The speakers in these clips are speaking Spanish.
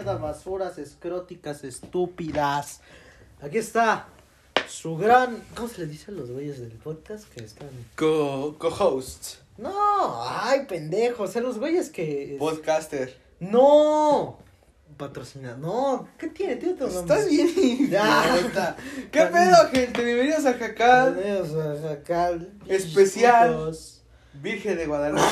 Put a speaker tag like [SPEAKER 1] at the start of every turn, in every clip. [SPEAKER 1] posturas escróticas estúpidas. Aquí está su gran. ¿Cómo se le dice a los güeyes del podcast que están.?
[SPEAKER 2] Co- Co-host.
[SPEAKER 1] No, ay, pendejos, o sea, los güeyes que.
[SPEAKER 2] podcaster.
[SPEAKER 1] ¡No! Patrocina, no, ¿qué tiene? Tiene otro nombre.
[SPEAKER 2] Estás bien idiota. ¿Qué pedo, gente? Bienvenidos a Jacal,
[SPEAKER 1] Bienvenidos a Jacal.
[SPEAKER 2] Especial.
[SPEAKER 1] Putos.
[SPEAKER 2] Virgen de Guadalupe.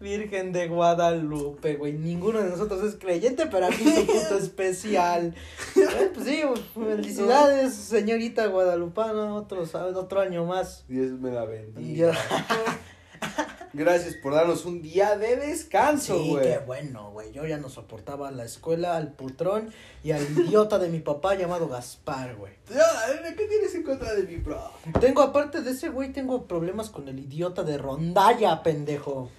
[SPEAKER 1] Virgen de Guadalupe, güey. Ninguno de nosotros es creyente, pero aquí es un puto especial. Eh, pues sí, felicidades, señorita guadalupana. Otro, sa- otro año más.
[SPEAKER 2] Dios me la bendiga.
[SPEAKER 1] Ya.
[SPEAKER 2] Gracias por darnos un día de descanso,
[SPEAKER 1] Sí,
[SPEAKER 2] güey.
[SPEAKER 1] qué bueno, güey. Yo ya no soportaba la escuela, al putrón y al idiota de mi papá llamado Gaspar, güey.
[SPEAKER 2] Ya, ¿Qué tienes en contra de mi bro?
[SPEAKER 1] Tengo, aparte de ese güey, tengo problemas con el idiota de Rondalla, pendejo.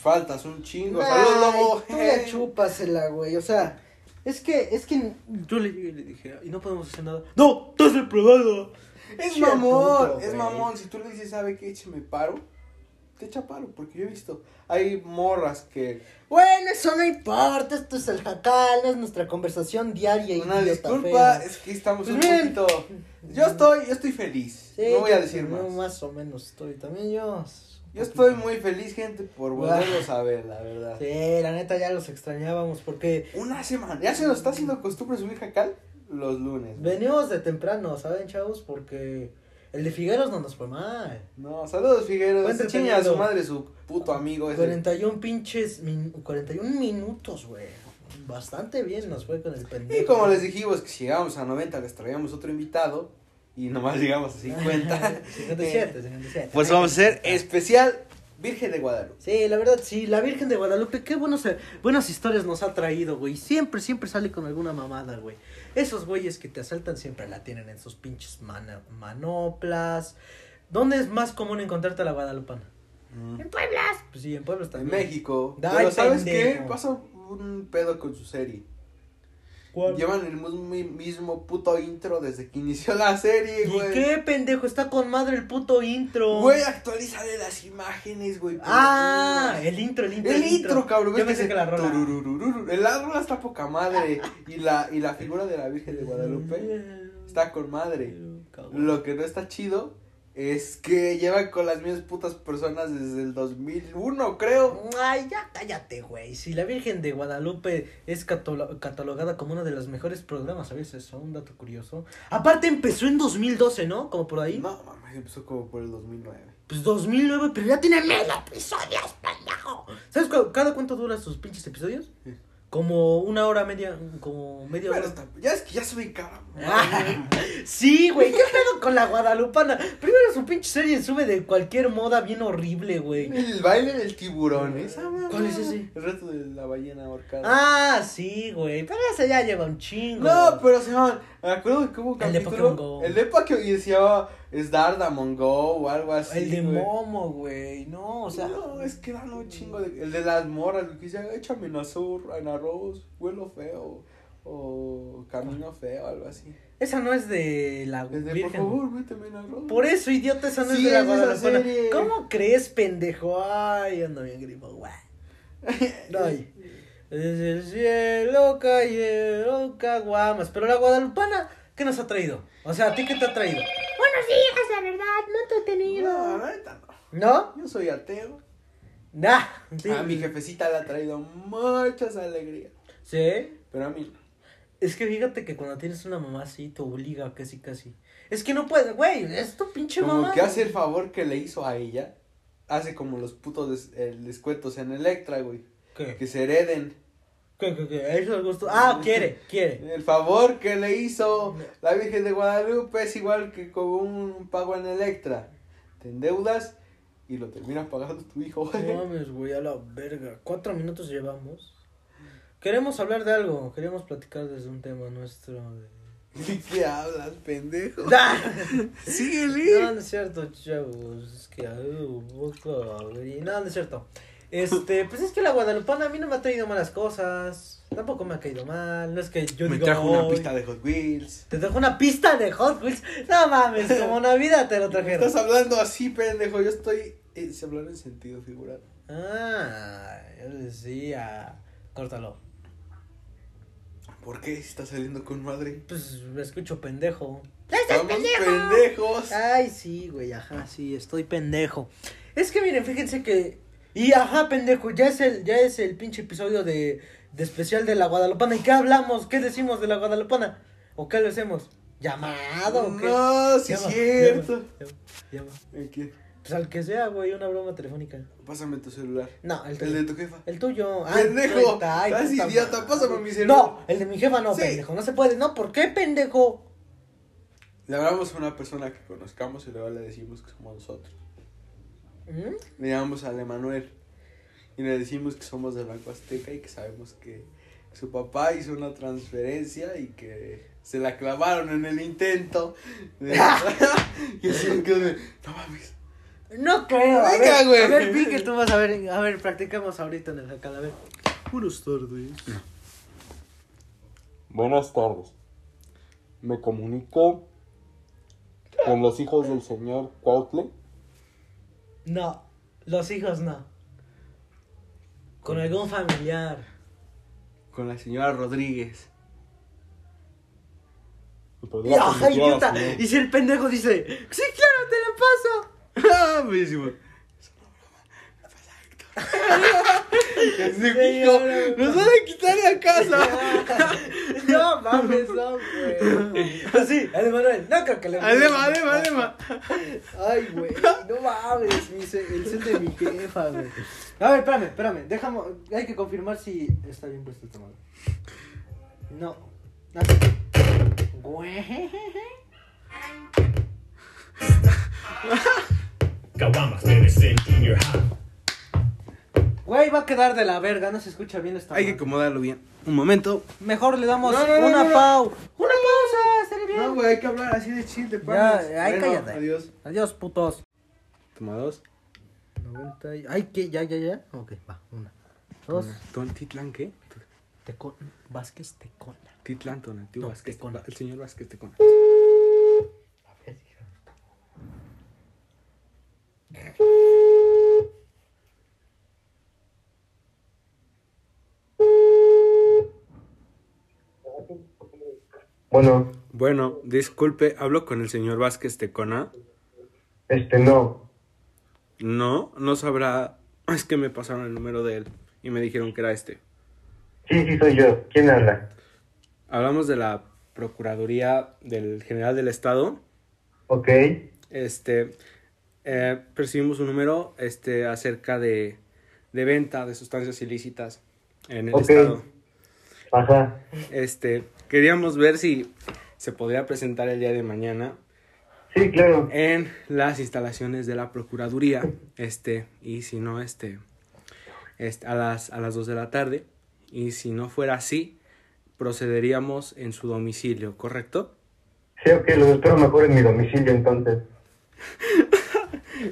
[SPEAKER 2] Faltas un chingo.
[SPEAKER 1] Ay,
[SPEAKER 2] Saludos, lobo.
[SPEAKER 1] Tú ya chúpasela, güey. O sea, es que, es que yo le llegué y le dije, y no podemos hacer nada. ¡No! ¡Estás reprobado!
[SPEAKER 2] Es
[SPEAKER 1] Che,
[SPEAKER 2] mamón,
[SPEAKER 1] puto,
[SPEAKER 2] es
[SPEAKER 1] güey.
[SPEAKER 2] mamón. Si tú le dices, ¿sabe qué? Échame paro. Te echa paro, porque yo he visto. Hay morras que.
[SPEAKER 1] Bueno, eso no importa, esto es el jacal, es nuestra conversación diaria y
[SPEAKER 2] Una disculpa,
[SPEAKER 1] fea.
[SPEAKER 2] es que estamos
[SPEAKER 1] Pues
[SPEAKER 2] un
[SPEAKER 1] miren.
[SPEAKER 2] poquito. Yo estoy, yo estoy feliz.
[SPEAKER 1] Sí,
[SPEAKER 2] no voy a
[SPEAKER 1] yo-
[SPEAKER 2] decir
[SPEAKER 1] no,
[SPEAKER 2] más.
[SPEAKER 1] más o menos estoy también yo.
[SPEAKER 2] Yo estoy muy feliz, gente, por volverlos a ver, la verdad.
[SPEAKER 1] Sí, la neta ya los extrañábamos porque
[SPEAKER 2] Una semana. Ya se nos está haciendo costumbre subir jacal los lunes. güey.
[SPEAKER 1] venimos de temprano, ¿saben, chavos? Porque el de Figueros no nos fue mal.
[SPEAKER 2] No, saludos, Figueros.
[SPEAKER 1] Cuéntame,
[SPEAKER 2] Chinga a su
[SPEAKER 1] Figueros.
[SPEAKER 2] madre, su puto amigo. ese.
[SPEAKER 1] 41 pinches, min- 41 minutos, güey. Bastante bien nos fue con el pendejo.
[SPEAKER 2] Y como les dijimos que si llegábamos a 90 les traíamos otro invitado y nomás llegamos a 50.
[SPEAKER 1] 57, 57.
[SPEAKER 2] pues vamos a hacer especial Virgen de Guadalupe.
[SPEAKER 1] Sí, la verdad, sí, la Virgen de Guadalupe, qué buenos, buenas historias nos ha traído, güey. Siempre, siempre sale con alguna mamada, güey. Esos güeyes que te asaltan siempre la tienen en sus pinches mana- manoplas. ¿Dónde es más común encontrarte a la guadalupana? Pues sí, en pueblos
[SPEAKER 2] En
[SPEAKER 1] también.
[SPEAKER 2] México.
[SPEAKER 1] Ay,
[SPEAKER 2] pero ¿sabes
[SPEAKER 1] pendejo.
[SPEAKER 2] qué? Pasa un pedo con su serie.
[SPEAKER 1] ¿Cuál?
[SPEAKER 2] Llevan el mu- mismo puto intro desde que inició la serie,
[SPEAKER 1] ¿Y
[SPEAKER 2] güey.
[SPEAKER 1] qué pendejo? Está con madre el puto intro.
[SPEAKER 2] Güey, actualízale las imágenes, güey. por
[SPEAKER 1] Ah,
[SPEAKER 2] favor.
[SPEAKER 1] el intro, el intro.
[SPEAKER 2] El intro, cabrón.
[SPEAKER 1] Yo
[SPEAKER 2] ves
[SPEAKER 1] pensé
[SPEAKER 2] dice
[SPEAKER 1] que la rola.
[SPEAKER 2] turururururu. El la rola está poca madre. Y la, y la figura de la Virgen de Guadalupe
[SPEAKER 1] Mm.
[SPEAKER 2] está con madre.
[SPEAKER 1] Cabrón.
[SPEAKER 2] Lo que no está chido es que llevan con las mismas putas personas desde el 2001, creo.
[SPEAKER 1] Mm, Ay, ya cállate, güey. Si la Virgen de Guadalupe es catalo- catalogada como uno de los mejores programas, ¿sabes eso? Un dato curioso. Aparte empezó en 2012, ¿no? Como por ahí.
[SPEAKER 2] No, mames, empezó como por el 2009.
[SPEAKER 1] Pues 2009, pero ya tiene mil episodios, pendejo. ¿Sabes cu- cada cuánto duran sus pinches episodios?
[SPEAKER 2] Sí.
[SPEAKER 1] Como una hora media, como media
[SPEAKER 2] Pero
[SPEAKER 1] hora.
[SPEAKER 2] está- ya es que ya soy cara.
[SPEAKER 1] Ah, sí, güey, ¿qué pedo con la guadalupana? Primero su pinche serie sube de cualquier moda bien horrible, güey.
[SPEAKER 2] El baile del tiburón, esa mamá.
[SPEAKER 1] ¿Cuál es ese?
[SPEAKER 2] El reto de la ballena ahorcada.
[SPEAKER 1] Ah, sí, güey, pero esa ya lleva un chingo.
[SPEAKER 2] No, pero se llamaban, me acuerdo de cómo
[SPEAKER 1] El de Pokémon Go.
[SPEAKER 2] El de Pokémon y decía es Dardamon Go o algo así.
[SPEAKER 1] El de
[SPEAKER 2] güey.
[SPEAKER 1] Momo, güey, no, o sea.
[SPEAKER 2] no, es que dan un chingo de. El de las morras, el que dice, échame en azul, en arroz, huelo feo. O camino feo, algo así.
[SPEAKER 1] Esa no es de la
[SPEAKER 2] El de, por
[SPEAKER 1] Virgen.
[SPEAKER 2] favor, méteme en arroz.
[SPEAKER 1] Por eso, idiota, esa no
[SPEAKER 2] Sí,
[SPEAKER 1] es de la
[SPEAKER 2] es esa
[SPEAKER 1] Guadalupana.
[SPEAKER 2] serie.
[SPEAKER 1] ¿Cómo crees, pendejo? Ay, ando bien gripo, güey. Ay. Desde el cielo cayeron caguamas. Pero la Guadalupana, ¿qué nos ha traído? O sea, ¿a ti qué te ha traído?
[SPEAKER 3] Buenos días, la verdad, no te he
[SPEAKER 2] No,
[SPEAKER 3] tenido.
[SPEAKER 2] la neta no.
[SPEAKER 1] ¿No? Ah,
[SPEAKER 2] Yo soy ateo.
[SPEAKER 1] Nah.
[SPEAKER 2] A Ah, mi jefecita le ha traído muchas alegrías.
[SPEAKER 1] Sí.
[SPEAKER 2] Pero a mí no.
[SPEAKER 1] Es que fíjate que cuando tienes una mamá así, te obliga casi, casi. Es que no puedes, güey, es tu pinche
[SPEAKER 2] Como
[SPEAKER 1] mamá.
[SPEAKER 2] que hace el favor que le hizo a ella. Hace como los putos des- eh, descuentos en Electra, güey.
[SPEAKER 1] ¿Qué?
[SPEAKER 2] Que se hereden.
[SPEAKER 1] ¿Qué, qué, qué? Eso es gusto. Ah, quiere, quiere.
[SPEAKER 2] El favor que le hizo la Virgen de Guadalupe es igual que con un pago en Electra. Te endeudas y lo terminas pagando tu hijo,
[SPEAKER 1] No
[SPEAKER 2] güey.
[SPEAKER 1] mames, güey, a la verga. Cuatro minutos llevamos. Queremos hablar de algo, queremos platicar desde un tema nuestro. de-
[SPEAKER 2] ¿De qué hablas, pendejo?
[SPEAKER 1] No, no es cierto, chavos. Es que ay, boca, güey. No, no es cierto. Este, pues es que la guadalupana a mí no me ha traído malas cosas. Tampoco me ha caído mal. No es que yo
[SPEAKER 2] Me
[SPEAKER 1] diga,
[SPEAKER 2] trajo una
[SPEAKER 1] "Ay,
[SPEAKER 2] pista de Hot Wheels.
[SPEAKER 1] Te trajo una pista de Hot Wheels. No mames, como Navidad te lo trajeron.
[SPEAKER 2] Estás hablando así, pendejo. Yo estoy. eh, se hablaron en sentido figurado.
[SPEAKER 1] Ah, yo decía. Córtalo.
[SPEAKER 2] ¿Por qué está saliendo con madre?
[SPEAKER 1] Pues me escucho pendejo.
[SPEAKER 3] ¡Estás
[SPEAKER 2] ¡Estamos
[SPEAKER 3] pendejo!
[SPEAKER 2] pendejos!
[SPEAKER 1] Ay, sí, güey, ajá, sí, estoy pendejo. Es que miren, fíjense que. Y ajá, pendejo, ya es el, ya es el pinche episodio de, de especial de la Guadalupana. ¿Y qué hablamos? ¿Qué decimos de la Guadalupana? ¿O qué le hacemos? ¿Llamado Ah, o qué?
[SPEAKER 2] No, sí es
[SPEAKER 1] Llama,
[SPEAKER 2] cierto.
[SPEAKER 1] llama, llama, llama.
[SPEAKER 2] Aquí,
[SPEAKER 1] Pues al que sea, güey, una broma telefónica.
[SPEAKER 2] Pásame tu celular.
[SPEAKER 1] No, el
[SPEAKER 2] El,
[SPEAKER 1] tuyo.
[SPEAKER 2] de tu jefa.
[SPEAKER 1] El tuyo. Ah,
[SPEAKER 2] Pendejo,
[SPEAKER 1] ahí está, ay,
[SPEAKER 2] estás
[SPEAKER 1] puta
[SPEAKER 2] idiota,
[SPEAKER 1] madre.
[SPEAKER 2] pásame mi celular.
[SPEAKER 1] No, el de mi jefa no,
[SPEAKER 2] Sí.
[SPEAKER 1] pendejo, no se puede. No, ¿por qué, pendejo?
[SPEAKER 2] Le hablamos a una persona que conozcamos y luego le decimos que somos nosotros.
[SPEAKER 1] ¿Mm?
[SPEAKER 2] Le llamamos al Emanuel y le decimos que somos de Banco Azteca y que sabemos que su papá hizo una transferencia y que se la clavaron en el intento. de- y así me quedo de, no mames.
[SPEAKER 1] No creo. a
[SPEAKER 2] Venga,
[SPEAKER 1] ver,
[SPEAKER 2] güey.
[SPEAKER 1] A ver, Pi, que tú vas a ver. A ver, practicamos ahorita en el jacal, a ver.
[SPEAKER 2] Buenas tardes.
[SPEAKER 4] Buenas tardes. Me comunico con los hijos del señor Cuautle.
[SPEAKER 1] No, los hijos no. Con algún familiar.
[SPEAKER 2] Con la señora Rodríguez.
[SPEAKER 4] ¿Me podría
[SPEAKER 1] ¡Ay,
[SPEAKER 4] permitir a la
[SPEAKER 1] idiota!
[SPEAKER 4] señora-
[SPEAKER 1] Y si el pendejo dice, sí, claro, te la paso.
[SPEAKER 2] ah, buenísimo. Es una broma.
[SPEAKER 1] Sí,
[SPEAKER 2] Perfecto.
[SPEAKER 1] ahora-
[SPEAKER 2] ¡Nos van a quitar la casa!
[SPEAKER 1] No mames, no, güey. Así, el Manuel, Pues no creo que le
[SPEAKER 2] ¡Alema, alema, alema!
[SPEAKER 1] Ay, güey, no mames, mi ce- el cel de mi jefa, güey. A ver, espérame, espérame, déjame, hay que confirmar si está bien puesto el tomado. No. no. Güey.
[SPEAKER 5] Caguamas medicine in your house.
[SPEAKER 1] Güey, va a quedar de la verga, no se escucha bien esta.
[SPEAKER 2] Hay que
[SPEAKER 1] madre.
[SPEAKER 2] acomodarlo bien. Un momento.
[SPEAKER 1] Mejor le damos
[SPEAKER 2] No, no, no,
[SPEAKER 1] una
[SPEAKER 2] no, no.
[SPEAKER 1] pau. Una pausa, estaría bien.
[SPEAKER 2] No, güey, hay que hablar así de chiste, panas.
[SPEAKER 1] ya, ay,
[SPEAKER 2] Bueno,
[SPEAKER 1] cállate.
[SPEAKER 2] Adiós.
[SPEAKER 1] Adiós, putos.
[SPEAKER 2] Toma dos.
[SPEAKER 1] 90 y... Ay, ¿qué? ¿Ya, ya, ya? Ok, va, una, dos.
[SPEAKER 2] Ton- ¿Titlán qué?
[SPEAKER 1] Tecon... Vázquez Tecona.
[SPEAKER 2] Titlán, Tonatiuh
[SPEAKER 1] No,
[SPEAKER 2] Vázquez.
[SPEAKER 1] Tecona.
[SPEAKER 2] El señor Vázquez Tecona.
[SPEAKER 1] A ver, hija.
[SPEAKER 6] Bueno,
[SPEAKER 2] Bueno, disculpe, hablo con el señor Vázquez Tecona.
[SPEAKER 6] este no.
[SPEAKER 2] No, no sabrá. Es que me pasaron el número de él y me dijeron que era este.
[SPEAKER 6] Sí, sí, soy yo. ¿Quién habla?
[SPEAKER 2] Hablamos de la Procuraduría del General del Estado.
[SPEAKER 6] Ok.
[SPEAKER 2] Este, eh, percibimos un número este, acerca de, de venta de sustancias ilícitas en el
[SPEAKER 6] Ok.
[SPEAKER 2] Estado.
[SPEAKER 6] Ajá.
[SPEAKER 2] Este, queríamos ver si se podría presentar el día de mañana
[SPEAKER 6] Sí, claro.
[SPEAKER 2] en las instalaciones de la Procuraduría. Este, y si no, este, este, a, las, a las 2 de la tarde. Y si no fuera así, procederíamos en su domicilio, ¿correcto?
[SPEAKER 6] Sí, ok, los espero mejor en mi domicilio entonces.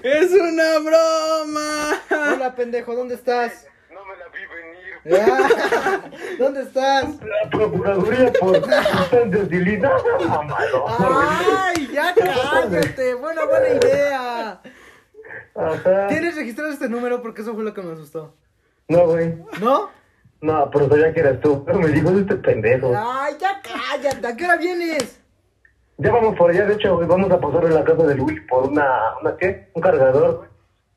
[SPEAKER 2] ¡Es una broma!
[SPEAKER 1] Hola, pendejo, ¿dónde estás?
[SPEAKER 6] No me la vi venir.
[SPEAKER 1] Ah, ¿Dónde estás?
[SPEAKER 6] La Procuraduría por sustancias ilícitas, mamalo.
[SPEAKER 1] ¡Ay, ya cállate! Buena, buena idea.
[SPEAKER 6] Ajá.
[SPEAKER 1] ¿Tienes registrado este número? Porque eso fue lo que me asustó.
[SPEAKER 6] No, güey.
[SPEAKER 1] ¿No?
[SPEAKER 6] No, pero sabía que eras tú. Pero me dijo "Es este pendejo.
[SPEAKER 1] ¡Ay, ya cállate! ¿A qué hora vienes?
[SPEAKER 6] Ya vamos por allá, de hecho, güey, vamos a pasar en la casa de Luis por una, ¿una qué? Un cargador, güey.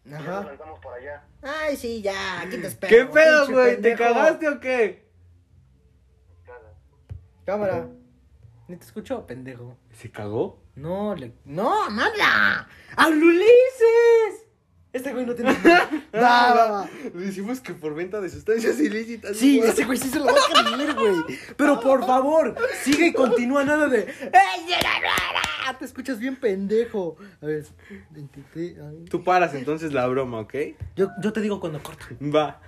[SPEAKER 6] Ya nos
[SPEAKER 1] Ajá.
[SPEAKER 6] lanzamos por allá.
[SPEAKER 3] Ay, sí, ya, aquí te espero.
[SPEAKER 2] ¿Qué pedo,
[SPEAKER 1] pinche
[SPEAKER 2] güey? ¿Te
[SPEAKER 1] pendejo.
[SPEAKER 2] cagaste o qué?
[SPEAKER 1] Cámara. ¿Ni te escucho, pendejo?
[SPEAKER 2] ¿Se cagó?
[SPEAKER 1] No, le... ¡No, manda! ¡Habla Ulises! Este güey no tiene...
[SPEAKER 2] Ah,
[SPEAKER 1] No, va, va.
[SPEAKER 2] Decimos que por venta de sustancias ilícitas.
[SPEAKER 1] Sí,
[SPEAKER 2] güey.
[SPEAKER 1] ese güey sí se lo va a creer, güey. Pero por favor, sigue y continúa nada de. "Ey, ya, ya, ya, ya". Te escuchas bien pendejo. A ver. 23, ay.
[SPEAKER 2] Tú paras entonces la broma, ¿ok?
[SPEAKER 1] Yo, yo te digo cuando corto.
[SPEAKER 2] Va.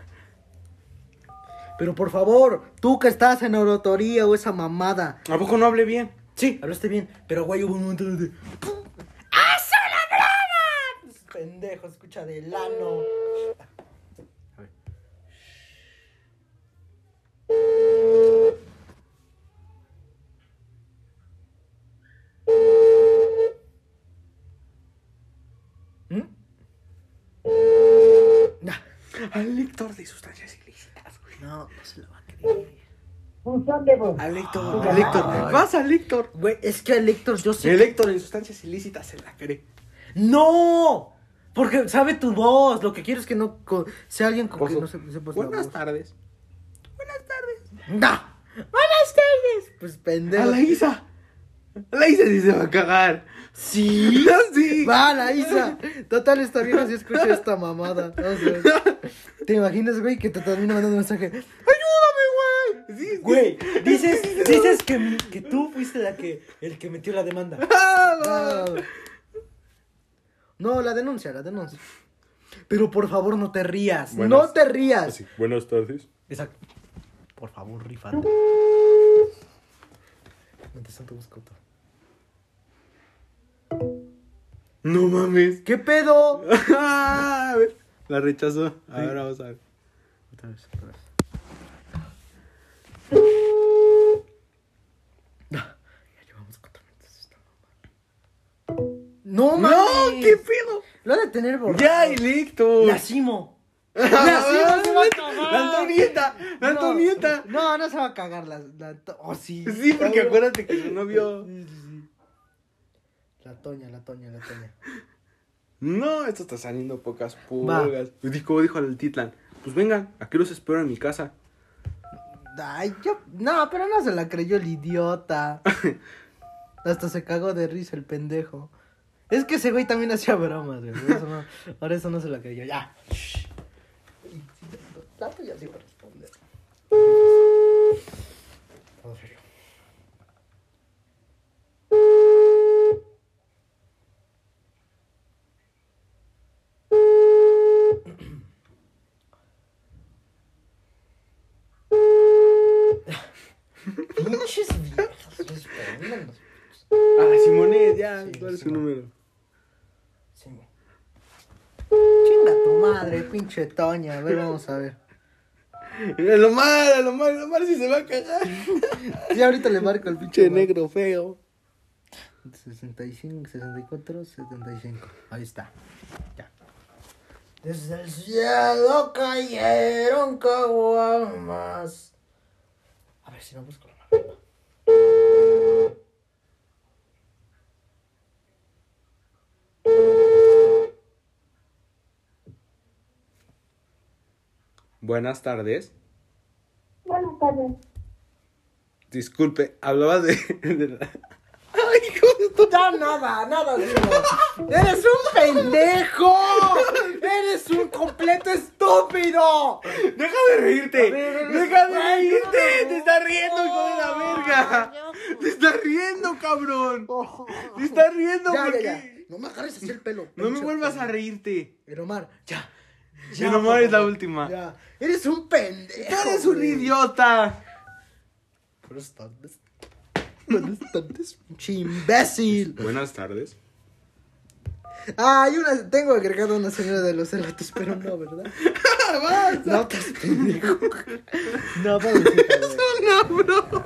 [SPEAKER 1] Pero por favor, tú que estás en oratoría o esa mamada.
[SPEAKER 2] ¿A poco no hablé bien?
[SPEAKER 1] Sí, hablaste bien. Pero güey, hubo un montón de. ¡Haz una broma! Pendejo, escucha de lano.
[SPEAKER 2] Al lector de sustancias ilícitas.
[SPEAKER 1] No, no se lo va a creer.
[SPEAKER 6] Función de voz.
[SPEAKER 2] Al Héctor.
[SPEAKER 6] Ah.
[SPEAKER 2] Al Héctor. Vas al Héctor.
[SPEAKER 1] Güey, es que al Héctor yo sí.
[SPEAKER 2] El Héctor en sustancias ilícitas se la cree.
[SPEAKER 1] ¡No! Porque sabe tu voz. Lo que quiero es que no co- sea alguien con
[SPEAKER 4] Por
[SPEAKER 1] que
[SPEAKER 4] su-
[SPEAKER 1] no se sepas la
[SPEAKER 2] Buenas
[SPEAKER 1] voz.
[SPEAKER 2] tardes.
[SPEAKER 1] ¡No! ¡Buenas tardes! Pues
[SPEAKER 2] A
[SPEAKER 1] pendejo.
[SPEAKER 2] la Isa. A la Isa sí se va a cagar. Sí. No, sí.
[SPEAKER 1] ¡Va, la Isa! Total, está bien así escucha esta mamada. O sea, ¿Te imaginas, güey, que te termina mandando un mensaje?
[SPEAKER 2] Ayúdame, güey. Sí, sí.
[SPEAKER 1] Güey, dices, dices que, mi- que tú fuiste la que, el que metió la demanda.
[SPEAKER 2] Ah,
[SPEAKER 1] No. No, la denuncia, la denuncia. Pero por favor no te rías,
[SPEAKER 4] Buenas-
[SPEAKER 1] no te rías.
[SPEAKER 4] Así, Ah, buenas tardes.
[SPEAKER 1] Exacto. Por favor, rifate. Mientras tanto busco otro.
[SPEAKER 2] No mames.
[SPEAKER 1] ¿Qué pedo?
[SPEAKER 2] Ah, a ver. La rechazó. A ver, vamos a ver.
[SPEAKER 1] Otra vez, otra vez. Ah, ya llevamos cuatro minutos, esta mamada. No, mames.
[SPEAKER 2] No, qué pedo.
[SPEAKER 1] Lo ha de tener borrado.
[SPEAKER 2] Ya, el Héctor.
[SPEAKER 1] Lacimo.
[SPEAKER 2] Ah,
[SPEAKER 1] Lacimo se va a cagar.
[SPEAKER 2] La Antonieta. La
[SPEAKER 1] No,
[SPEAKER 2] Antonieta.
[SPEAKER 1] No, no se va a cagar la, la Anto- Oh, sí.
[SPEAKER 2] Sí, porque acuérdate que su novio.
[SPEAKER 1] Sí, sí, sí. La Toña, la Toña, la Toña.
[SPEAKER 2] No, esto está saliendo pocas
[SPEAKER 1] Va.
[SPEAKER 2] pulgas. Dijo, dijo al Titlan. Pues vengan, aquí los espero en mi casa.
[SPEAKER 1] Ay, yo. No, pero no se la creyó el idiota. Hasta se cagó de risa el pendejo. Es que ese güey también hacía bromas, güey. Por eso no, por eso no se la creyó. Ya. Tanto ya sí va a responder. Todo serio. Pinches viejas, respondan los-
[SPEAKER 2] Ah, Simonet, ya,
[SPEAKER 1] Sí,
[SPEAKER 2] ¿cuál es su
[SPEAKER 1] Simón.
[SPEAKER 2] número?
[SPEAKER 1] Sí, mo. Chinga tu madre, pinche Toña. A ver, vamos a ver.
[SPEAKER 2] A Eh, lo mal, a lo mal, a lo mal si se va a cagar.
[SPEAKER 1] Ya ahorita le marco al pinche
[SPEAKER 2] Che negro feo.
[SPEAKER 1] 65, 64, 75. Ahí está. Ya.
[SPEAKER 3] Desde el cielo cayeron caguamas.
[SPEAKER 1] A ver si no busco la
[SPEAKER 2] Buenas tardes.
[SPEAKER 7] Buenas tardes.
[SPEAKER 2] Disculpe, hablaba Ah, de. de la- Ay, hijo de tu-
[SPEAKER 1] Ya nada, nada, digo. ¡Eres un pendejo! ¡Eres un completo estúpido!
[SPEAKER 2] ¡Deja de reírte!
[SPEAKER 1] ver,
[SPEAKER 2] ¡Deja de
[SPEAKER 1] ay, no,
[SPEAKER 2] reírte!
[SPEAKER 1] no.
[SPEAKER 2] ¡Te estás riendo, hijo de la verga! ¡Te estás riendo, cabrón! ¡Te estás riendo
[SPEAKER 1] Oh. Ya, ya,
[SPEAKER 2] porque.
[SPEAKER 1] ya. No me agarres así el pelo.
[SPEAKER 2] No me vuelvas a reírte.
[SPEAKER 1] Pero Omar, ya.
[SPEAKER 2] Ya, nomás es la
[SPEAKER 1] por favor,
[SPEAKER 2] última.
[SPEAKER 1] Ya. Eres un pendejo.
[SPEAKER 2] ¡Tú eres un
[SPEAKER 1] güey.
[SPEAKER 2] idiota!
[SPEAKER 1] Buenas tardes. Buenas tardes, pinche imbécil.
[SPEAKER 4] Buenas tardes.
[SPEAKER 1] Ay, una, tengo agregado a una señora de los celatos, pero no, ¿verdad? No, te pendejo. No, pobrecita, güey.
[SPEAKER 2] No, bro.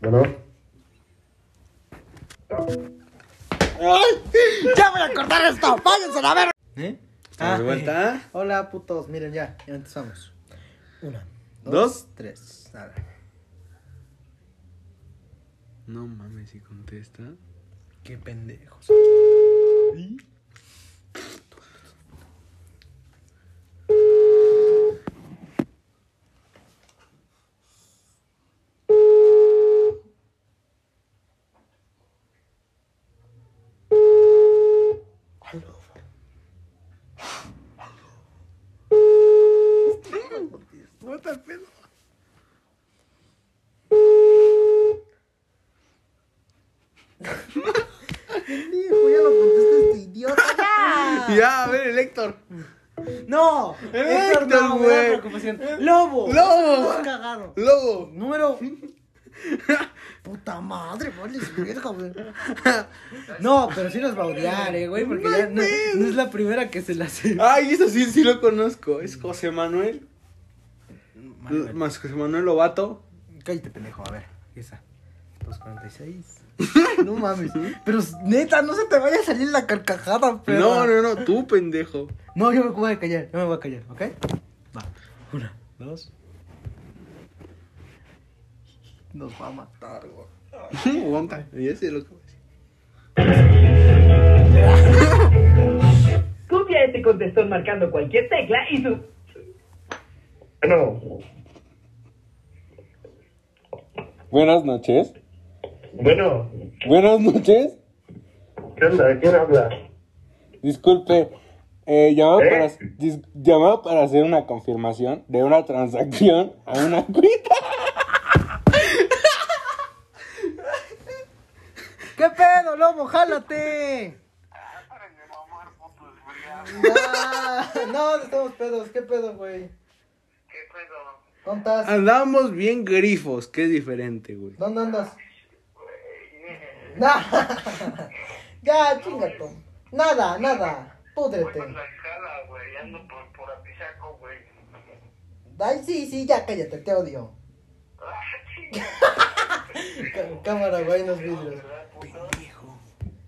[SPEAKER 6] Bueno.
[SPEAKER 3] ¡Ya voy a cortar esto! ¡Váyanse a la verga!
[SPEAKER 1] ¿Eh?
[SPEAKER 2] ¿Estamos de vuelta?
[SPEAKER 1] Hola, putos. Miren, ya, ya empezamos. Una, dos,
[SPEAKER 2] ¿Dos?
[SPEAKER 1] tres. Nada.
[SPEAKER 2] No mames, si contesta.
[SPEAKER 1] Qué pendejos.
[SPEAKER 2] What el pedo?
[SPEAKER 1] Pendejo, ya lo contestaste, idiota.
[SPEAKER 2] Ya, a ver, el Héctor.
[SPEAKER 1] ¡No!
[SPEAKER 2] Héctor,
[SPEAKER 1] Héctor, no, me da
[SPEAKER 2] güey.
[SPEAKER 1] preocupación. ¡Lobo!
[SPEAKER 2] Lobo.
[SPEAKER 1] Estás cagado!
[SPEAKER 2] Lobo.
[SPEAKER 1] Número.
[SPEAKER 3] ¡Puta madre, vales verga, güey!
[SPEAKER 1] No, pero sí nos va a odiar, eh, güey, porque ya no, no es la primera que se la hace.
[SPEAKER 2] Ay, eso sí, sí lo conozco. Es José Manuel.
[SPEAKER 1] Manuel.
[SPEAKER 2] Más José Manuel Lobato.
[SPEAKER 1] Cállate, pendejo, a ver. Esa. 246. No mames. Pero neta, no se te vaya a salir la carcajada, pero.
[SPEAKER 2] No, no, no, tú, pendejo.
[SPEAKER 1] No, yo me voy a callar, yo me voy a callar, ¿ok? Va. Una, dos.
[SPEAKER 3] Nos va a matar, güey.
[SPEAKER 2] Aguanta, ya sé lo que voy a decir.
[SPEAKER 8] Copia este contestón marcando cualquier tecla y su...
[SPEAKER 6] Bueno,
[SPEAKER 4] Buenas noches.
[SPEAKER 6] bueno,
[SPEAKER 4] Buenas noches.
[SPEAKER 6] ¿qué onda? ¿Quién habla?
[SPEAKER 4] Disculpe. eh, llamaba,
[SPEAKER 6] ¿Eh?
[SPEAKER 4] para, dis- llamaba para hacer una confirmación de una transacción a una cuenta.
[SPEAKER 1] ¿Qué pedo, lobo? ¡Jálate! Ah, no, estamos pedos, ¿qué pedo, güey? ¿Dónde estás?
[SPEAKER 2] Andamos bien grifos, que es diferente, güey.
[SPEAKER 1] ¿Dónde andas? Nada. ya, chingato. Nada, nada. Púdrete.
[SPEAKER 6] escala, güey, ando por, por Apizaco, güey.
[SPEAKER 1] Ay, sí, sí, ya cállate, te odio.
[SPEAKER 6] Ah,
[SPEAKER 1] Cá- Cámara, güey, nos vidrios.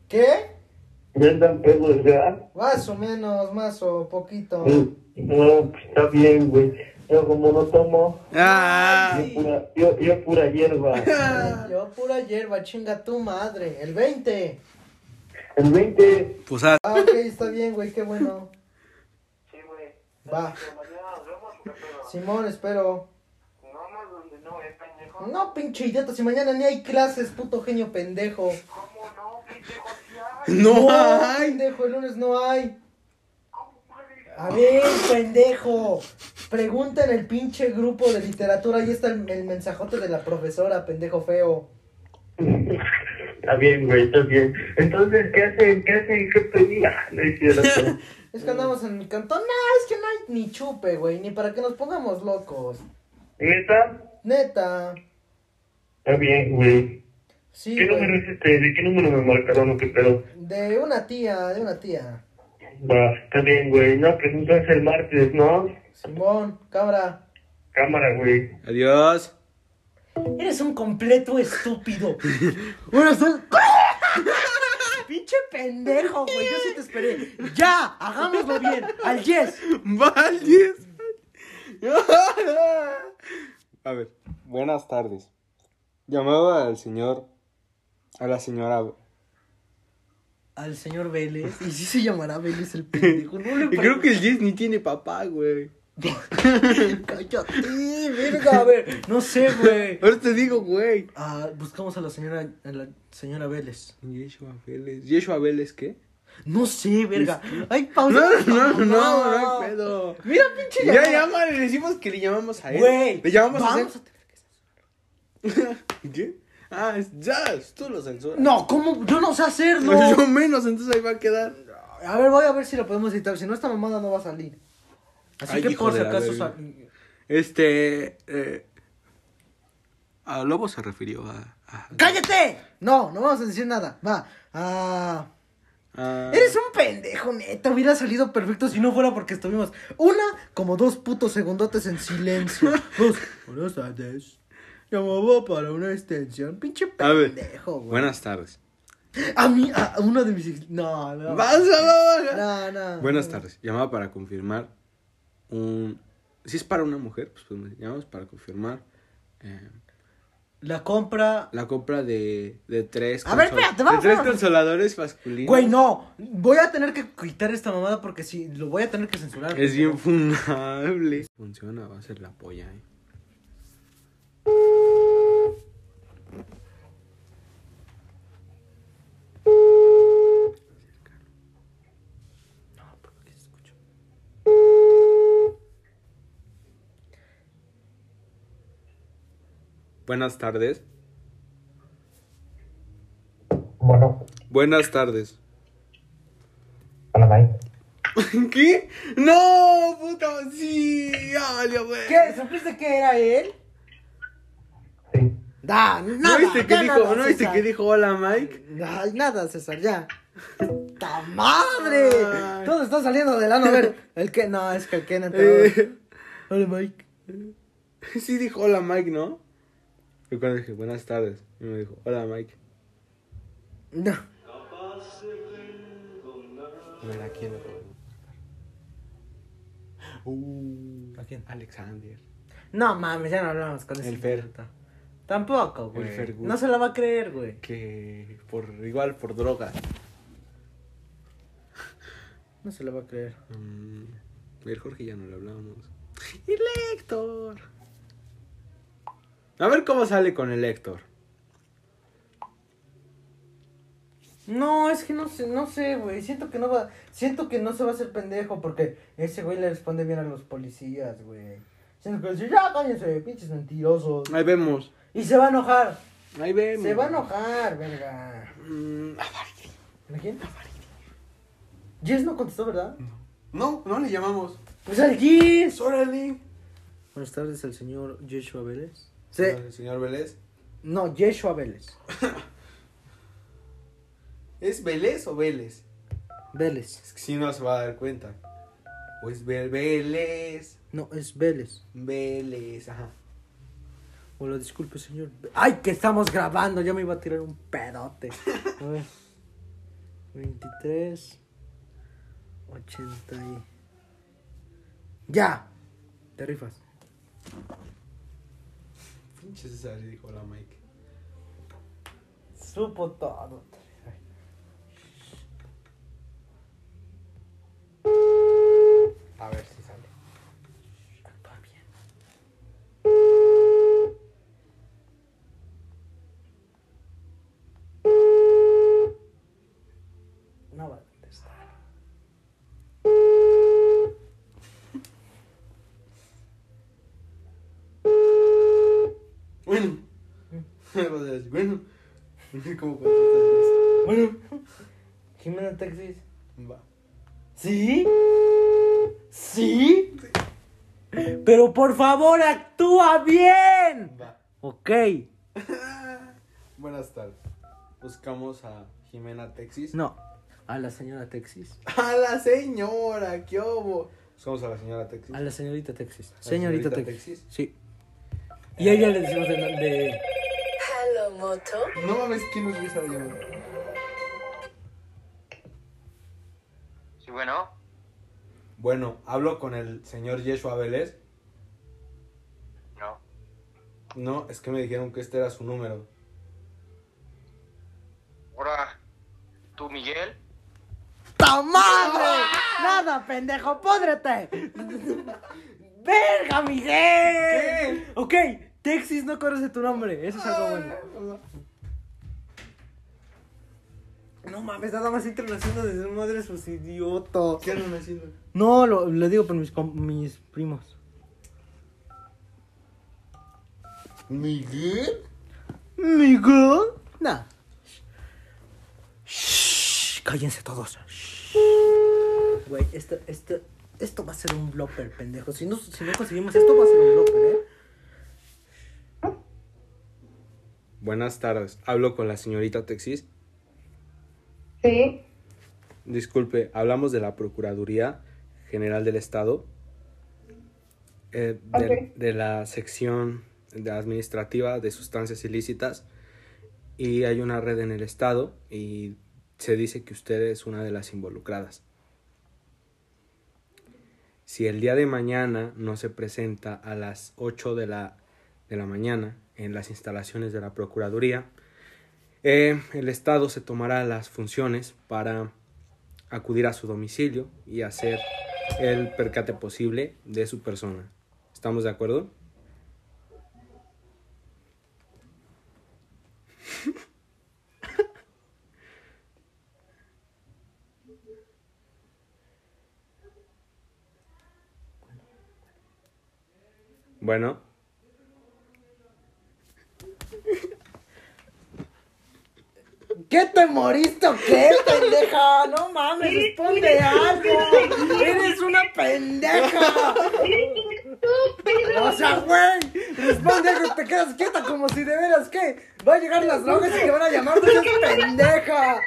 [SPEAKER 1] ¿Qué?
[SPEAKER 6] ¿Ya andan pedos ya?
[SPEAKER 1] Más o menos, más o poquito.
[SPEAKER 6] Mm. No, pues, está bien, güey. Yo como no tomo,
[SPEAKER 2] Ah,
[SPEAKER 6] yo pura, yo, yo pura hierba.
[SPEAKER 1] Yo pura hierba, chinga tu madre. El 20.
[SPEAKER 6] El 20...
[SPEAKER 2] pues ah,
[SPEAKER 1] Ah, ok, está bien, güey, qué bueno.
[SPEAKER 6] Sí, güey.
[SPEAKER 1] Va.
[SPEAKER 6] Mañana nos vemos, pero
[SPEAKER 1] Simón, espero.
[SPEAKER 6] no más donde no, es pendejo.
[SPEAKER 1] No, pinche idiota, si mañana ni hay clases, puto genio pendejo.
[SPEAKER 6] ¿Cómo no, pendejo?
[SPEAKER 2] no hay.
[SPEAKER 1] Pendejo, el lunes no hay. A ver, pendejo. Pregunta en el pinche grupo de literatura. Ahí está el, el mensajote de la profesora, pendejo feo.
[SPEAKER 6] Está bien, güey, está bien. Entonces, ¿qué hacen? ¿Qué hacen? ¿Qué pedían? No es cierto.
[SPEAKER 1] Es que andamos en el cantón. No, es que no hay ni chupe, güey. Ni para que nos pongamos locos.
[SPEAKER 6] ¿Neta?
[SPEAKER 1] Neta.
[SPEAKER 6] Está bien, güey.
[SPEAKER 1] Sí,
[SPEAKER 6] ¿Qué número
[SPEAKER 1] güey.
[SPEAKER 6] es este? ¿De qué número me marcaron o qué pedo?
[SPEAKER 1] De una tía, de una tía.
[SPEAKER 6] Va, está bien, güey. No, pues entonces el martes, ¿no?
[SPEAKER 1] Simón, cámara.
[SPEAKER 6] Cámara, güey.
[SPEAKER 2] Adiós.
[SPEAKER 1] Eres un completo estúpido. Bueno, son... Pinche pendejo, güey. Yo sí te esperé. Ya, hagámoslo bien. Al yes.
[SPEAKER 2] Valles. A ver.
[SPEAKER 4] Buenas tardes. Llamaba al señor. A la señora.
[SPEAKER 1] Al señor Vélez. Y sí se llamará Vélez el pendejo. No le
[SPEAKER 2] Y creo que el Jess ni tiene papá, güey.
[SPEAKER 1] Cállate, verga. A ver, no sé, güey.
[SPEAKER 2] Ahora te digo, güey.
[SPEAKER 1] Ah, buscamos a la señora, a la señora Vélez.
[SPEAKER 2] Yeshua Vélez. ¿Yeshua Vélez qué?
[SPEAKER 1] No sé, verga. Ay,
[SPEAKER 2] No,
[SPEAKER 1] pausa.
[SPEAKER 2] no, no, no, no hay pedo.
[SPEAKER 1] Mira, pinche
[SPEAKER 2] Ya
[SPEAKER 1] llamada.
[SPEAKER 2] llámale, le decimos que le llamamos a él.
[SPEAKER 1] Güey,
[SPEAKER 2] le llamamos a él.
[SPEAKER 1] vamos a
[SPEAKER 2] ¿Qué? Ah, es- ya, tú lo censuras.
[SPEAKER 1] No, ¿cómo? Yo no sé hacerlo.
[SPEAKER 2] Yo menos, entonces ahí va a quedar.
[SPEAKER 1] A ver, voy a ver si lo podemos editar. Si no, esta mamada no va a salir. Así
[SPEAKER 2] Ay,
[SPEAKER 1] que
[SPEAKER 2] hijo
[SPEAKER 1] por
[SPEAKER 2] de
[SPEAKER 1] si
[SPEAKER 2] la
[SPEAKER 1] acaso.
[SPEAKER 2] verga.
[SPEAKER 1] sa-
[SPEAKER 2] Este. Eh, a Lobo se refirió a. a-
[SPEAKER 1] ¡Cállate! No, no vamos a decir nada. Va. Ah,
[SPEAKER 2] a-
[SPEAKER 1] eres un pendejo, neta. Hubiera salido perfecto si no fuera porque estuvimos una, como dos putos segundotes en silencio. Dos, buenas tardes. Llamaba para una extensión. Pinche
[SPEAKER 2] A ver.
[SPEAKER 1] pendejo, güey.
[SPEAKER 2] Buenas tardes.
[SPEAKER 1] A mí, a a uno de mis. ex- No, no.
[SPEAKER 2] Vas a la verga.
[SPEAKER 1] No, no.
[SPEAKER 2] Buenas
[SPEAKER 1] no.
[SPEAKER 2] tardes. Llamaba para confirmar un. Si es para una mujer, pues, pues, llamamos para confirmar eh,
[SPEAKER 1] La compra.
[SPEAKER 2] la compra de, de tres.
[SPEAKER 1] A ver,
[SPEAKER 2] consol-
[SPEAKER 1] espérate, vamos,
[SPEAKER 2] De tres
[SPEAKER 1] vamos.
[SPEAKER 2] consoladores masculinos.
[SPEAKER 1] Güey, no. Voy a tener que quitar esta mamada porque si lo voy a tener que censurar.
[SPEAKER 2] Es bien funable. Funciona, va a ser la polla, eh. Buenas tardes.
[SPEAKER 6] Bueno,
[SPEAKER 2] Buenas tardes.
[SPEAKER 6] hola, bye.
[SPEAKER 2] ¿Qué? ¡No! ¡Puta! ¡Sí! ¡Ya valió, güey!
[SPEAKER 1] ¿Qué? ¿Supiste que era él?
[SPEAKER 6] Sí.
[SPEAKER 1] Da,
[SPEAKER 2] ¿No
[SPEAKER 1] nada.
[SPEAKER 2] viste que
[SPEAKER 1] ya
[SPEAKER 2] dijo,
[SPEAKER 1] nada,
[SPEAKER 2] ¿no viste
[SPEAKER 1] César.
[SPEAKER 2] que dijo hola Mike?
[SPEAKER 1] Ay, nada, César, ya. ¡Ta madre!
[SPEAKER 2] Ay.
[SPEAKER 1] Todo está saliendo del ano. A ver, el que. No, es que el Ken entró.
[SPEAKER 2] Eh,
[SPEAKER 1] Hola, Mike.
[SPEAKER 2] sí dijo hola Mike, ¿no? Y cuando dije buenas tardes, y me dijo hola Mike.
[SPEAKER 1] No.
[SPEAKER 2] Mira, ¿quién lo puede? Uh,
[SPEAKER 1] ¿A quién?
[SPEAKER 2] Alexander.
[SPEAKER 1] No mames, ya no hablamos con ese
[SPEAKER 2] El Fer.
[SPEAKER 1] puto. Tampoco, güey.
[SPEAKER 2] El Fer Good.
[SPEAKER 1] No se la va a creer, güey.
[SPEAKER 2] Que por igual por droga.
[SPEAKER 1] No se la va a creer.
[SPEAKER 2] Mm, el Jorge ya no le hablamos. ¡Y el Héctor! A ver cómo sale con el Héctor.
[SPEAKER 1] No, es que no sé, no sé, güey. Siento que no va, siento que no se va a hacer pendejo porque ese güey le responde bien a los policías, güey. Siento que va a decir, ya cállense, pinches mentirosos.
[SPEAKER 2] Ahí vemos.
[SPEAKER 1] Y se va a enojar.
[SPEAKER 2] Ahí vemos.
[SPEAKER 1] Se va a enojar, verga.
[SPEAKER 2] Mm, ah,
[SPEAKER 1] ¿A quién? Jess no contestó, ¿verdad?
[SPEAKER 2] no, no le llamamos.
[SPEAKER 1] Pues al Jess.
[SPEAKER 2] ¡Órale!
[SPEAKER 1] Buenas tardes al señor Yeshua Vélez. Sí.
[SPEAKER 2] El señor Vélez.
[SPEAKER 1] No, Yeshua Vélez.
[SPEAKER 2] ¿Es Vélez o Vélez?
[SPEAKER 1] Vélez.
[SPEAKER 2] Es que si no se va a dar cuenta. O es Vel- Vélez.
[SPEAKER 1] No, es Vélez.
[SPEAKER 2] Vélez, ajá.
[SPEAKER 1] Hola, disculpe, señor. ¡Ay, que estamos grabando! Ya me iba a tirar un pedote. A ver. 23. 80 y... ¡Ya! Te rifas.
[SPEAKER 2] Pinche César, dijo la Mike.
[SPEAKER 1] Supo todo.
[SPEAKER 2] A ver si sale.
[SPEAKER 1] Actúa bien. No va a contestar.
[SPEAKER 2] Bueno.
[SPEAKER 1] Mm.
[SPEAKER 2] Vas a decir, bueno. ¿Cómo contestas
[SPEAKER 1] Bueno. Jimena Texas.
[SPEAKER 2] eso? Va.
[SPEAKER 1] ¿Sí? ¿Sí? Pero por favor, actúa bien.
[SPEAKER 2] Va.
[SPEAKER 1] Ok.
[SPEAKER 2] Buenas tardes. Buscamos a Jimena Texis.
[SPEAKER 1] No. A la señora Texas.
[SPEAKER 2] A la señora, ¿qué hubo? Buscamos a la señora Texis.
[SPEAKER 1] A la señorita Texas.
[SPEAKER 2] la
[SPEAKER 1] Señorita,
[SPEAKER 2] señorita
[SPEAKER 1] Texas.
[SPEAKER 2] Texas?
[SPEAKER 1] Sí. Y a ella le decimos de... de-
[SPEAKER 2] No mames, ¿quién nos hubiese llamado?
[SPEAKER 9] Sí, bueno.
[SPEAKER 2] Bueno, hablo con el señor Yeshua Vélez.
[SPEAKER 9] No.
[SPEAKER 2] No, es que me dijeron que este era su número.
[SPEAKER 9] Ahora, tú, Miguel.
[SPEAKER 1] ¡Ta madre! ¡Nada, pendejo! ¡Pódrete! ¡Verga, Miguel! Ok, Texas no conoce tu nombre. Eso es algo bueno. No mames, nada más internacional de su madre sus idiotas.
[SPEAKER 2] ¿Qué andan haciendo?
[SPEAKER 1] No, lo, lo digo por mis, com- mis primos.
[SPEAKER 2] ¿Miguel?
[SPEAKER 1] ¿Miguel? Nah. Shh, cállense todos. Shh. Güey, esto, esto, esto va a ser un blooper, pendejo. Si no, si no conseguimos esto, va a ser un blooper, ¿eh?
[SPEAKER 2] Buenas tardes, hablo con la señorita Texis.
[SPEAKER 7] Sí,
[SPEAKER 2] Disculpe, hablamos de la Procuraduría General del Estado, eh, de,
[SPEAKER 7] Ok.
[SPEAKER 2] de la sección de administrativa de sustancias ilícitas y hay una red en el Estado y se dice que usted es una de las involucradas. Si el día de mañana no se presenta a las 8 de la, de la mañana en las instalaciones de la Procuraduría, eh, el Estado se tomará las funciones para acudir a su domicilio y hacer el percate posible de su persona. ¿Estamos de acuerdo? Bueno,
[SPEAKER 1] ¿Qué te moriste o qué, pendeja? No mames, responde algo. Eres una pendeja. O sea, güey, responde algo, te quedas quieta como si de veras que va a llegar las drogas y te van a llamar, tú eres pendeja.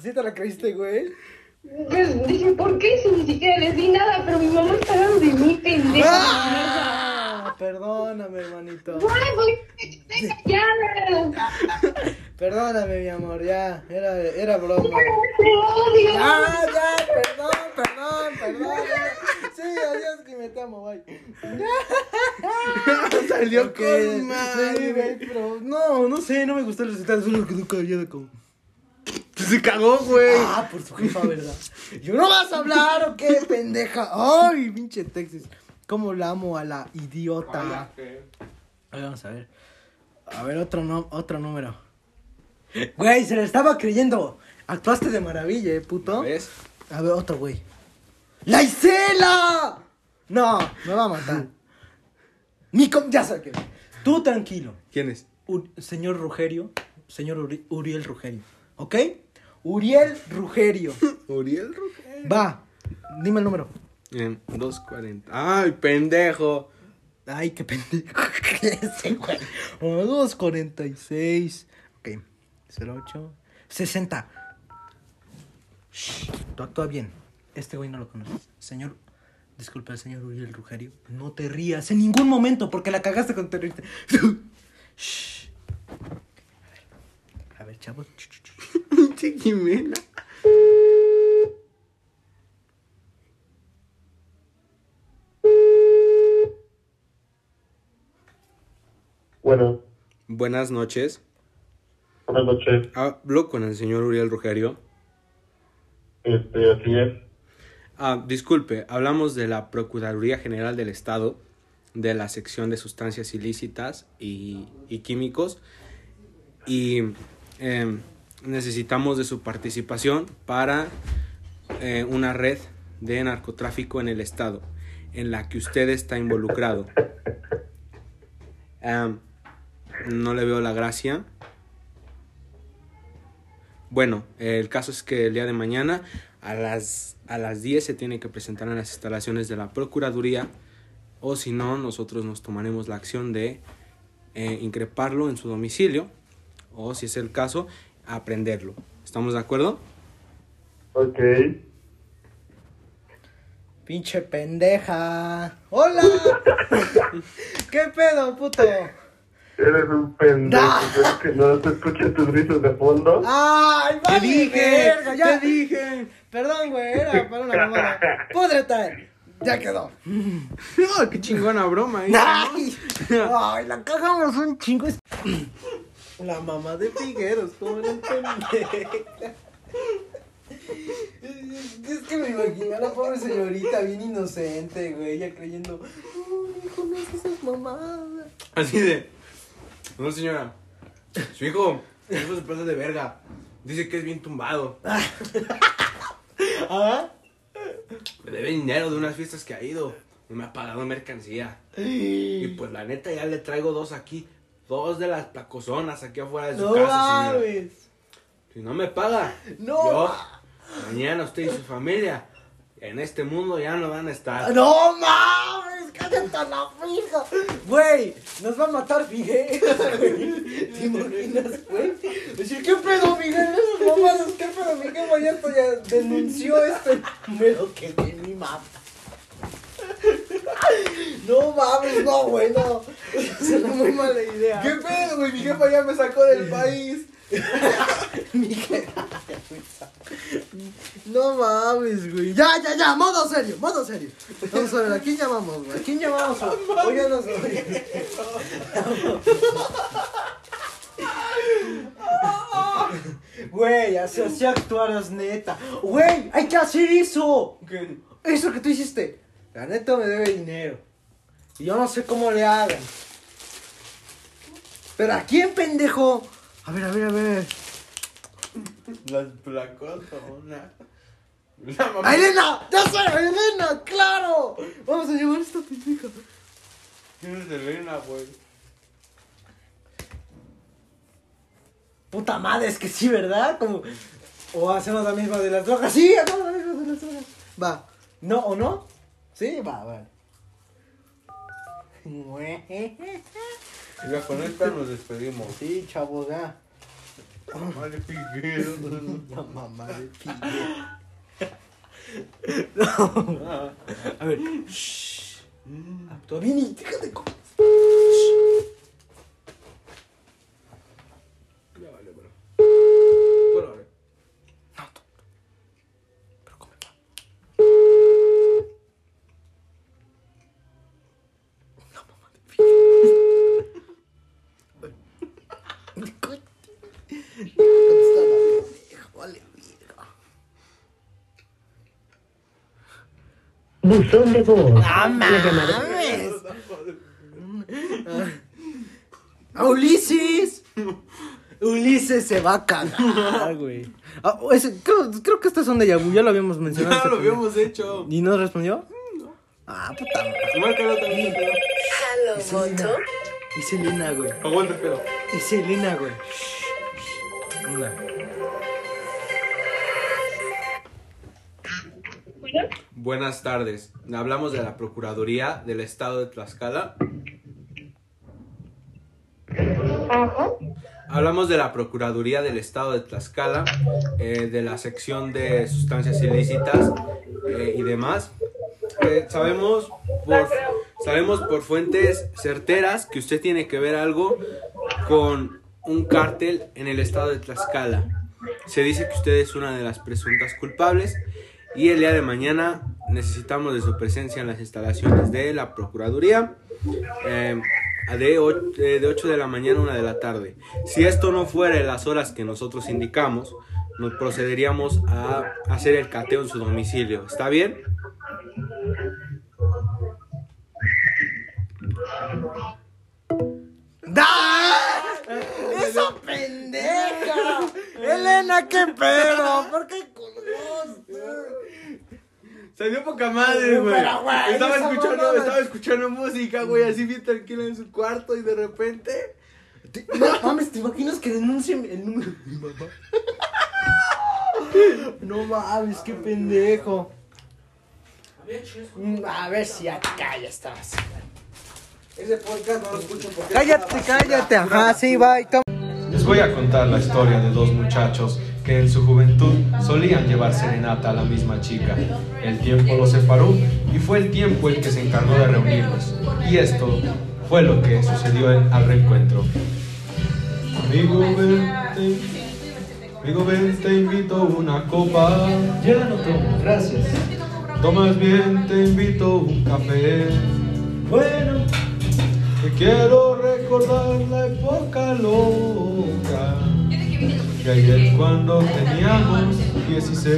[SPEAKER 1] ¿Sí te la creíste, güey?
[SPEAKER 7] pues dije, ¿por qué? Si ni siquiera les di nada, pero mi mamá está hablando de mí, pendeja.
[SPEAKER 1] Ah, perdóname, hermanito.
[SPEAKER 10] pues,
[SPEAKER 7] ¡Ay, voy! ¡Estoy callada!
[SPEAKER 1] Perdóname, mi amor, ya. Era, era broma.
[SPEAKER 10] Te odio.
[SPEAKER 1] Ya, ya, perdón, perdón, perdón. Sí, adiós, que me te amo, bye.
[SPEAKER 11] Salió
[SPEAKER 1] Ok,
[SPEAKER 11] con
[SPEAKER 1] sí, güey,
[SPEAKER 11] madre.
[SPEAKER 1] pero No, no sé, no me gustó el resultado, solo quedó callada como.
[SPEAKER 11] Se cagó, güey.
[SPEAKER 1] Ah, por su jefa, ¿verdad? Yo no vas a hablar o qué, pendeja. Ay, pinche Texas. ¿Cómo la amo a la idiota? A ver, vamos a ver. A ver, otro, no, otro número. Güey, se le estaba creyendo. Actuaste de maravilla, eh, puto.
[SPEAKER 11] ¿Ves?
[SPEAKER 1] A ver, otro, güey. ¡La Isela! No, me va a matar. Mi com- ya saqué. Tú tranquilo.
[SPEAKER 11] ¿Quién es?
[SPEAKER 1] Ur- señor Rugerio. Señor Uri- Uriel Rugerio. ¿Ok? Uriel Rugerio.
[SPEAKER 11] Uriel
[SPEAKER 1] Va. Dime el número.
[SPEAKER 11] En 240. ¡Ay, pendejo!
[SPEAKER 1] Ay, qué pendejo que ese, güey. Oh, 246. Ok. 08. 60. Shh, tú actúa bien. Este güey no lo conoces. Señor. Disculpa, señor Uriel Rugerio. No te rías en ningún momento porque la cagaste con te reíste. Shh. A ver, chavos.
[SPEAKER 11] Pinche Jimena.
[SPEAKER 6] Bueno,
[SPEAKER 11] Buenas noches.
[SPEAKER 6] buenas noches.
[SPEAKER 11] Hablo con el señor Uriel Rugerio.
[SPEAKER 6] Este, así es.
[SPEAKER 11] Ah, disculpe, hablamos de la Procuraduría General del Estado, de la sección de sustancias ilícitas y, y químicos, y eh, necesitamos de su participación para eh, una red de narcotráfico en el Estado, en la que usted está involucrado. Am, no le veo la gracia. Bueno, el caso es que el día de mañana a las, a las 10 se tiene que presentar en las instalaciones de la Procuraduría o si no, nosotros nos tomaremos la acción de eh, increparlo en su domicilio o si es el caso, aprenderlo. ¿Estamos de acuerdo?
[SPEAKER 6] Ok.
[SPEAKER 1] Pinche pendeja. ¡Hola! ¿Qué pedo, puto?
[SPEAKER 6] Eres un pendejo.
[SPEAKER 1] ¡Ah!
[SPEAKER 6] ¿ves que no se escuchan tus gritos de fondo?
[SPEAKER 1] ¡Ay, vale, verga, ya.
[SPEAKER 11] dije!
[SPEAKER 1] Perdón, güey, era para una mamada. ¡Pódreta! Ya quedó.
[SPEAKER 11] No, ¡Qué chingona broma! ¿eh?
[SPEAKER 1] ¡Ay! ¡Ay, la cagamos un chingo! La mamá de Figueros, ¿cómo no pendeja? Es que me imaginé a la pobre señorita bien inocente, güey, ella creyendo, ¡Uy, hijo, no haces esas mamadas!
[SPEAKER 11] Así de... No, señora. Su hijo, su hijo se pasa de verga. Dice que es bien tumbado.
[SPEAKER 1] ¿Ah?
[SPEAKER 11] Me debe dinero de unas fiestas que ha ido. Y me ha pagado mercancía. Y pues la neta ya le traigo dos aquí. Dos de las placozonas aquí afuera de su
[SPEAKER 1] ¡No
[SPEAKER 11] casa, señora.
[SPEAKER 1] mames!
[SPEAKER 11] Si no me paga,
[SPEAKER 1] No.
[SPEAKER 11] yo, mañana usted y su familia en este mundo ya no van a estar.
[SPEAKER 1] ¡No mames! ¡Cállate a la fija! Güey, nos va a matar Miguel. ¿Te imaginas, güey? Decir, ¿qué pedo, Miguel? Esas mamadas, ¿qué pedo, Miguel? Vallarta ya denunció este número que de mi mapa. No mames, no, güey, no. Es una muy mala idea.
[SPEAKER 11] ¿Qué pedo, güey? Mi jefa ya me sacó del país.
[SPEAKER 1] Miguel. No mames, güey. Ya, ya, ya, modo serio, modo serio. Vamos a ver, ¿a quién llamamos, güey? ¿A quién llamamos? Óiganos, güey. Güey, así, así actuaras, neta. Güey, hay que hacer eso. Eso que tú hiciste. La neta me debe dinero. Y yo no sé cómo le hagan. Pero ¿a quién, pendejo? A ver, a ver, a ver.
[SPEAKER 11] Las placozonas. La
[SPEAKER 1] ¡A
[SPEAKER 11] mamá.
[SPEAKER 1] Elena! ¡Ya sé! ¡A Elena! ¡Claro! Vamos a llevar esta pendeja.
[SPEAKER 11] Tienes de reina, güey.
[SPEAKER 1] Puta madre, es que sí, ¿verdad? Como. O hacemos la misma de las drogas. Sí, hacemos la misma de las drogas. Va. ¿No o no? Sí, va, va.
[SPEAKER 11] Ya con esta nos despedimos.
[SPEAKER 1] Sí, chavos, ya.
[SPEAKER 11] Madre piguero.
[SPEAKER 1] La mamá de pide. No. A ver. Shh. Actúa bien y déjate co-
[SPEAKER 4] Ya vale, bro. Bueno, vale.
[SPEAKER 6] Buzón de voz.
[SPEAKER 1] ¡A Ah. Ulises! Ulises se va a cagar, güey. Ah, ese- creo, creo que este es un déjà vu, ya lo habíamos mencionado.
[SPEAKER 4] Ya
[SPEAKER 11] Ah,
[SPEAKER 4] lo
[SPEAKER 1] este primer-
[SPEAKER 4] habíamos hecho.
[SPEAKER 1] ¿Y no respondió? Ah, puta madre.
[SPEAKER 4] Márcalo también, pero.
[SPEAKER 1] Es Elena. Es Elena, güey.
[SPEAKER 4] Aguanta el pelo.
[SPEAKER 1] Es Elena, güey. Hola.
[SPEAKER 12] Bueno,
[SPEAKER 4] Buenas tardes. Hablamos de la Procuraduría del Estado de Tlaxcala.
[SPEAKER 12] ajá.
[SPEAKER 4] Hablamos de la Procuraduría del Estado de Tlaxcala, eh, de la sección de sustancias ilícitas eh, y demás. Eh, sabemos, por, sabemos por fuentes certeras que usted tiene que ver algo con un cártel en el estado de Tlaxcala. Se dice que usted es una de las presuntas culpables y el día de mañana necesitamos de su presencia en las instalaciones de la Procuraduría eh, de, o- eh, de 8 de la mañana a 1 de la tarde. Si esto no fuera en las horas que nosotros indicamos, nos procederíamos a hacer el cateo en su domicilio. ¿Está bien?
[SPEAKER 1] ¡Ah! ¡Eso pendeja! Elena, qué pedo. ¿Por qué colgaste?
[SPEAKER 4] Se dio poca madre, güey.
[SPEAKER 1] Pero, güey,
[SPEAKER 4] Estaba
[SPEAKER 1] esa
[SPEAKER 4] escuchando,
[SPEAKER 1] mamada.
[SPEAKER 4] estaba escuchando música, güey, así bien tranquila en su cuarto y de repente.
[SPEAKER 1] No mames, ¿te imaginas que denuncien el número de mi mamá? No mames, qué pendejo. Mm, A ver si acá ya estabas.
[SPEAKER 4] Ese podcast no lo escucho porque.
[SPEAKER 1] Cállate, cállate. Ajá, sí, va. y toma.
[SPEAKER 4] Les voy a contar la historia de dos muchachos que en su juventud solían llevar serenata a la misma chica. El tiempo los separó y fue el tiempo el que se encargó de reunirlos. Y esto fue lo que sucedió en- al reencuentro. Amigo, ven, te, amigo, ven, te invito una copa. Ya no tomo, gracias. Tomas bien, te invito un café. Bueno, te quiero recordar la época loca que ayer cuando teníamos 16.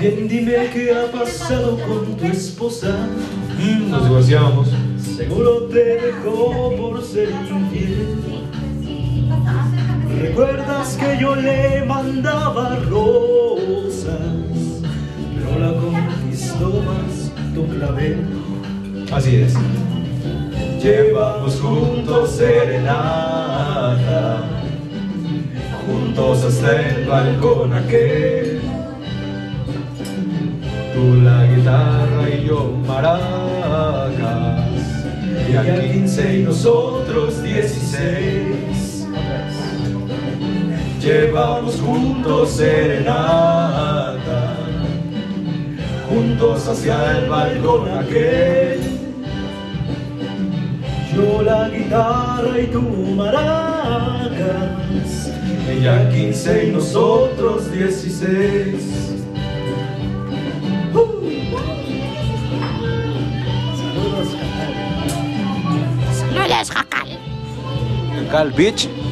[SPEAKER 4] Bien, dime qué ha pasado con tu esposa. Mm, nos divorciamos. Seguro te dejó por ser infiel. Recuerdas que yo le mandaba rosas, pero la conquistó más tu clavel. Así es. Llevamos juntos serenata, juntos hasta el balcón aquel. Tú la guitarra y yo maracas, y a 15 y nosotros 16. Llevamos juntos serenata, juntos hacia el balcón aquel. Yo la guitarra y tú maracas, ella 15 y nosotros 16.
[SPEAKER 12] No eres jacal.
[SPEAKER 4] Cal, bitch.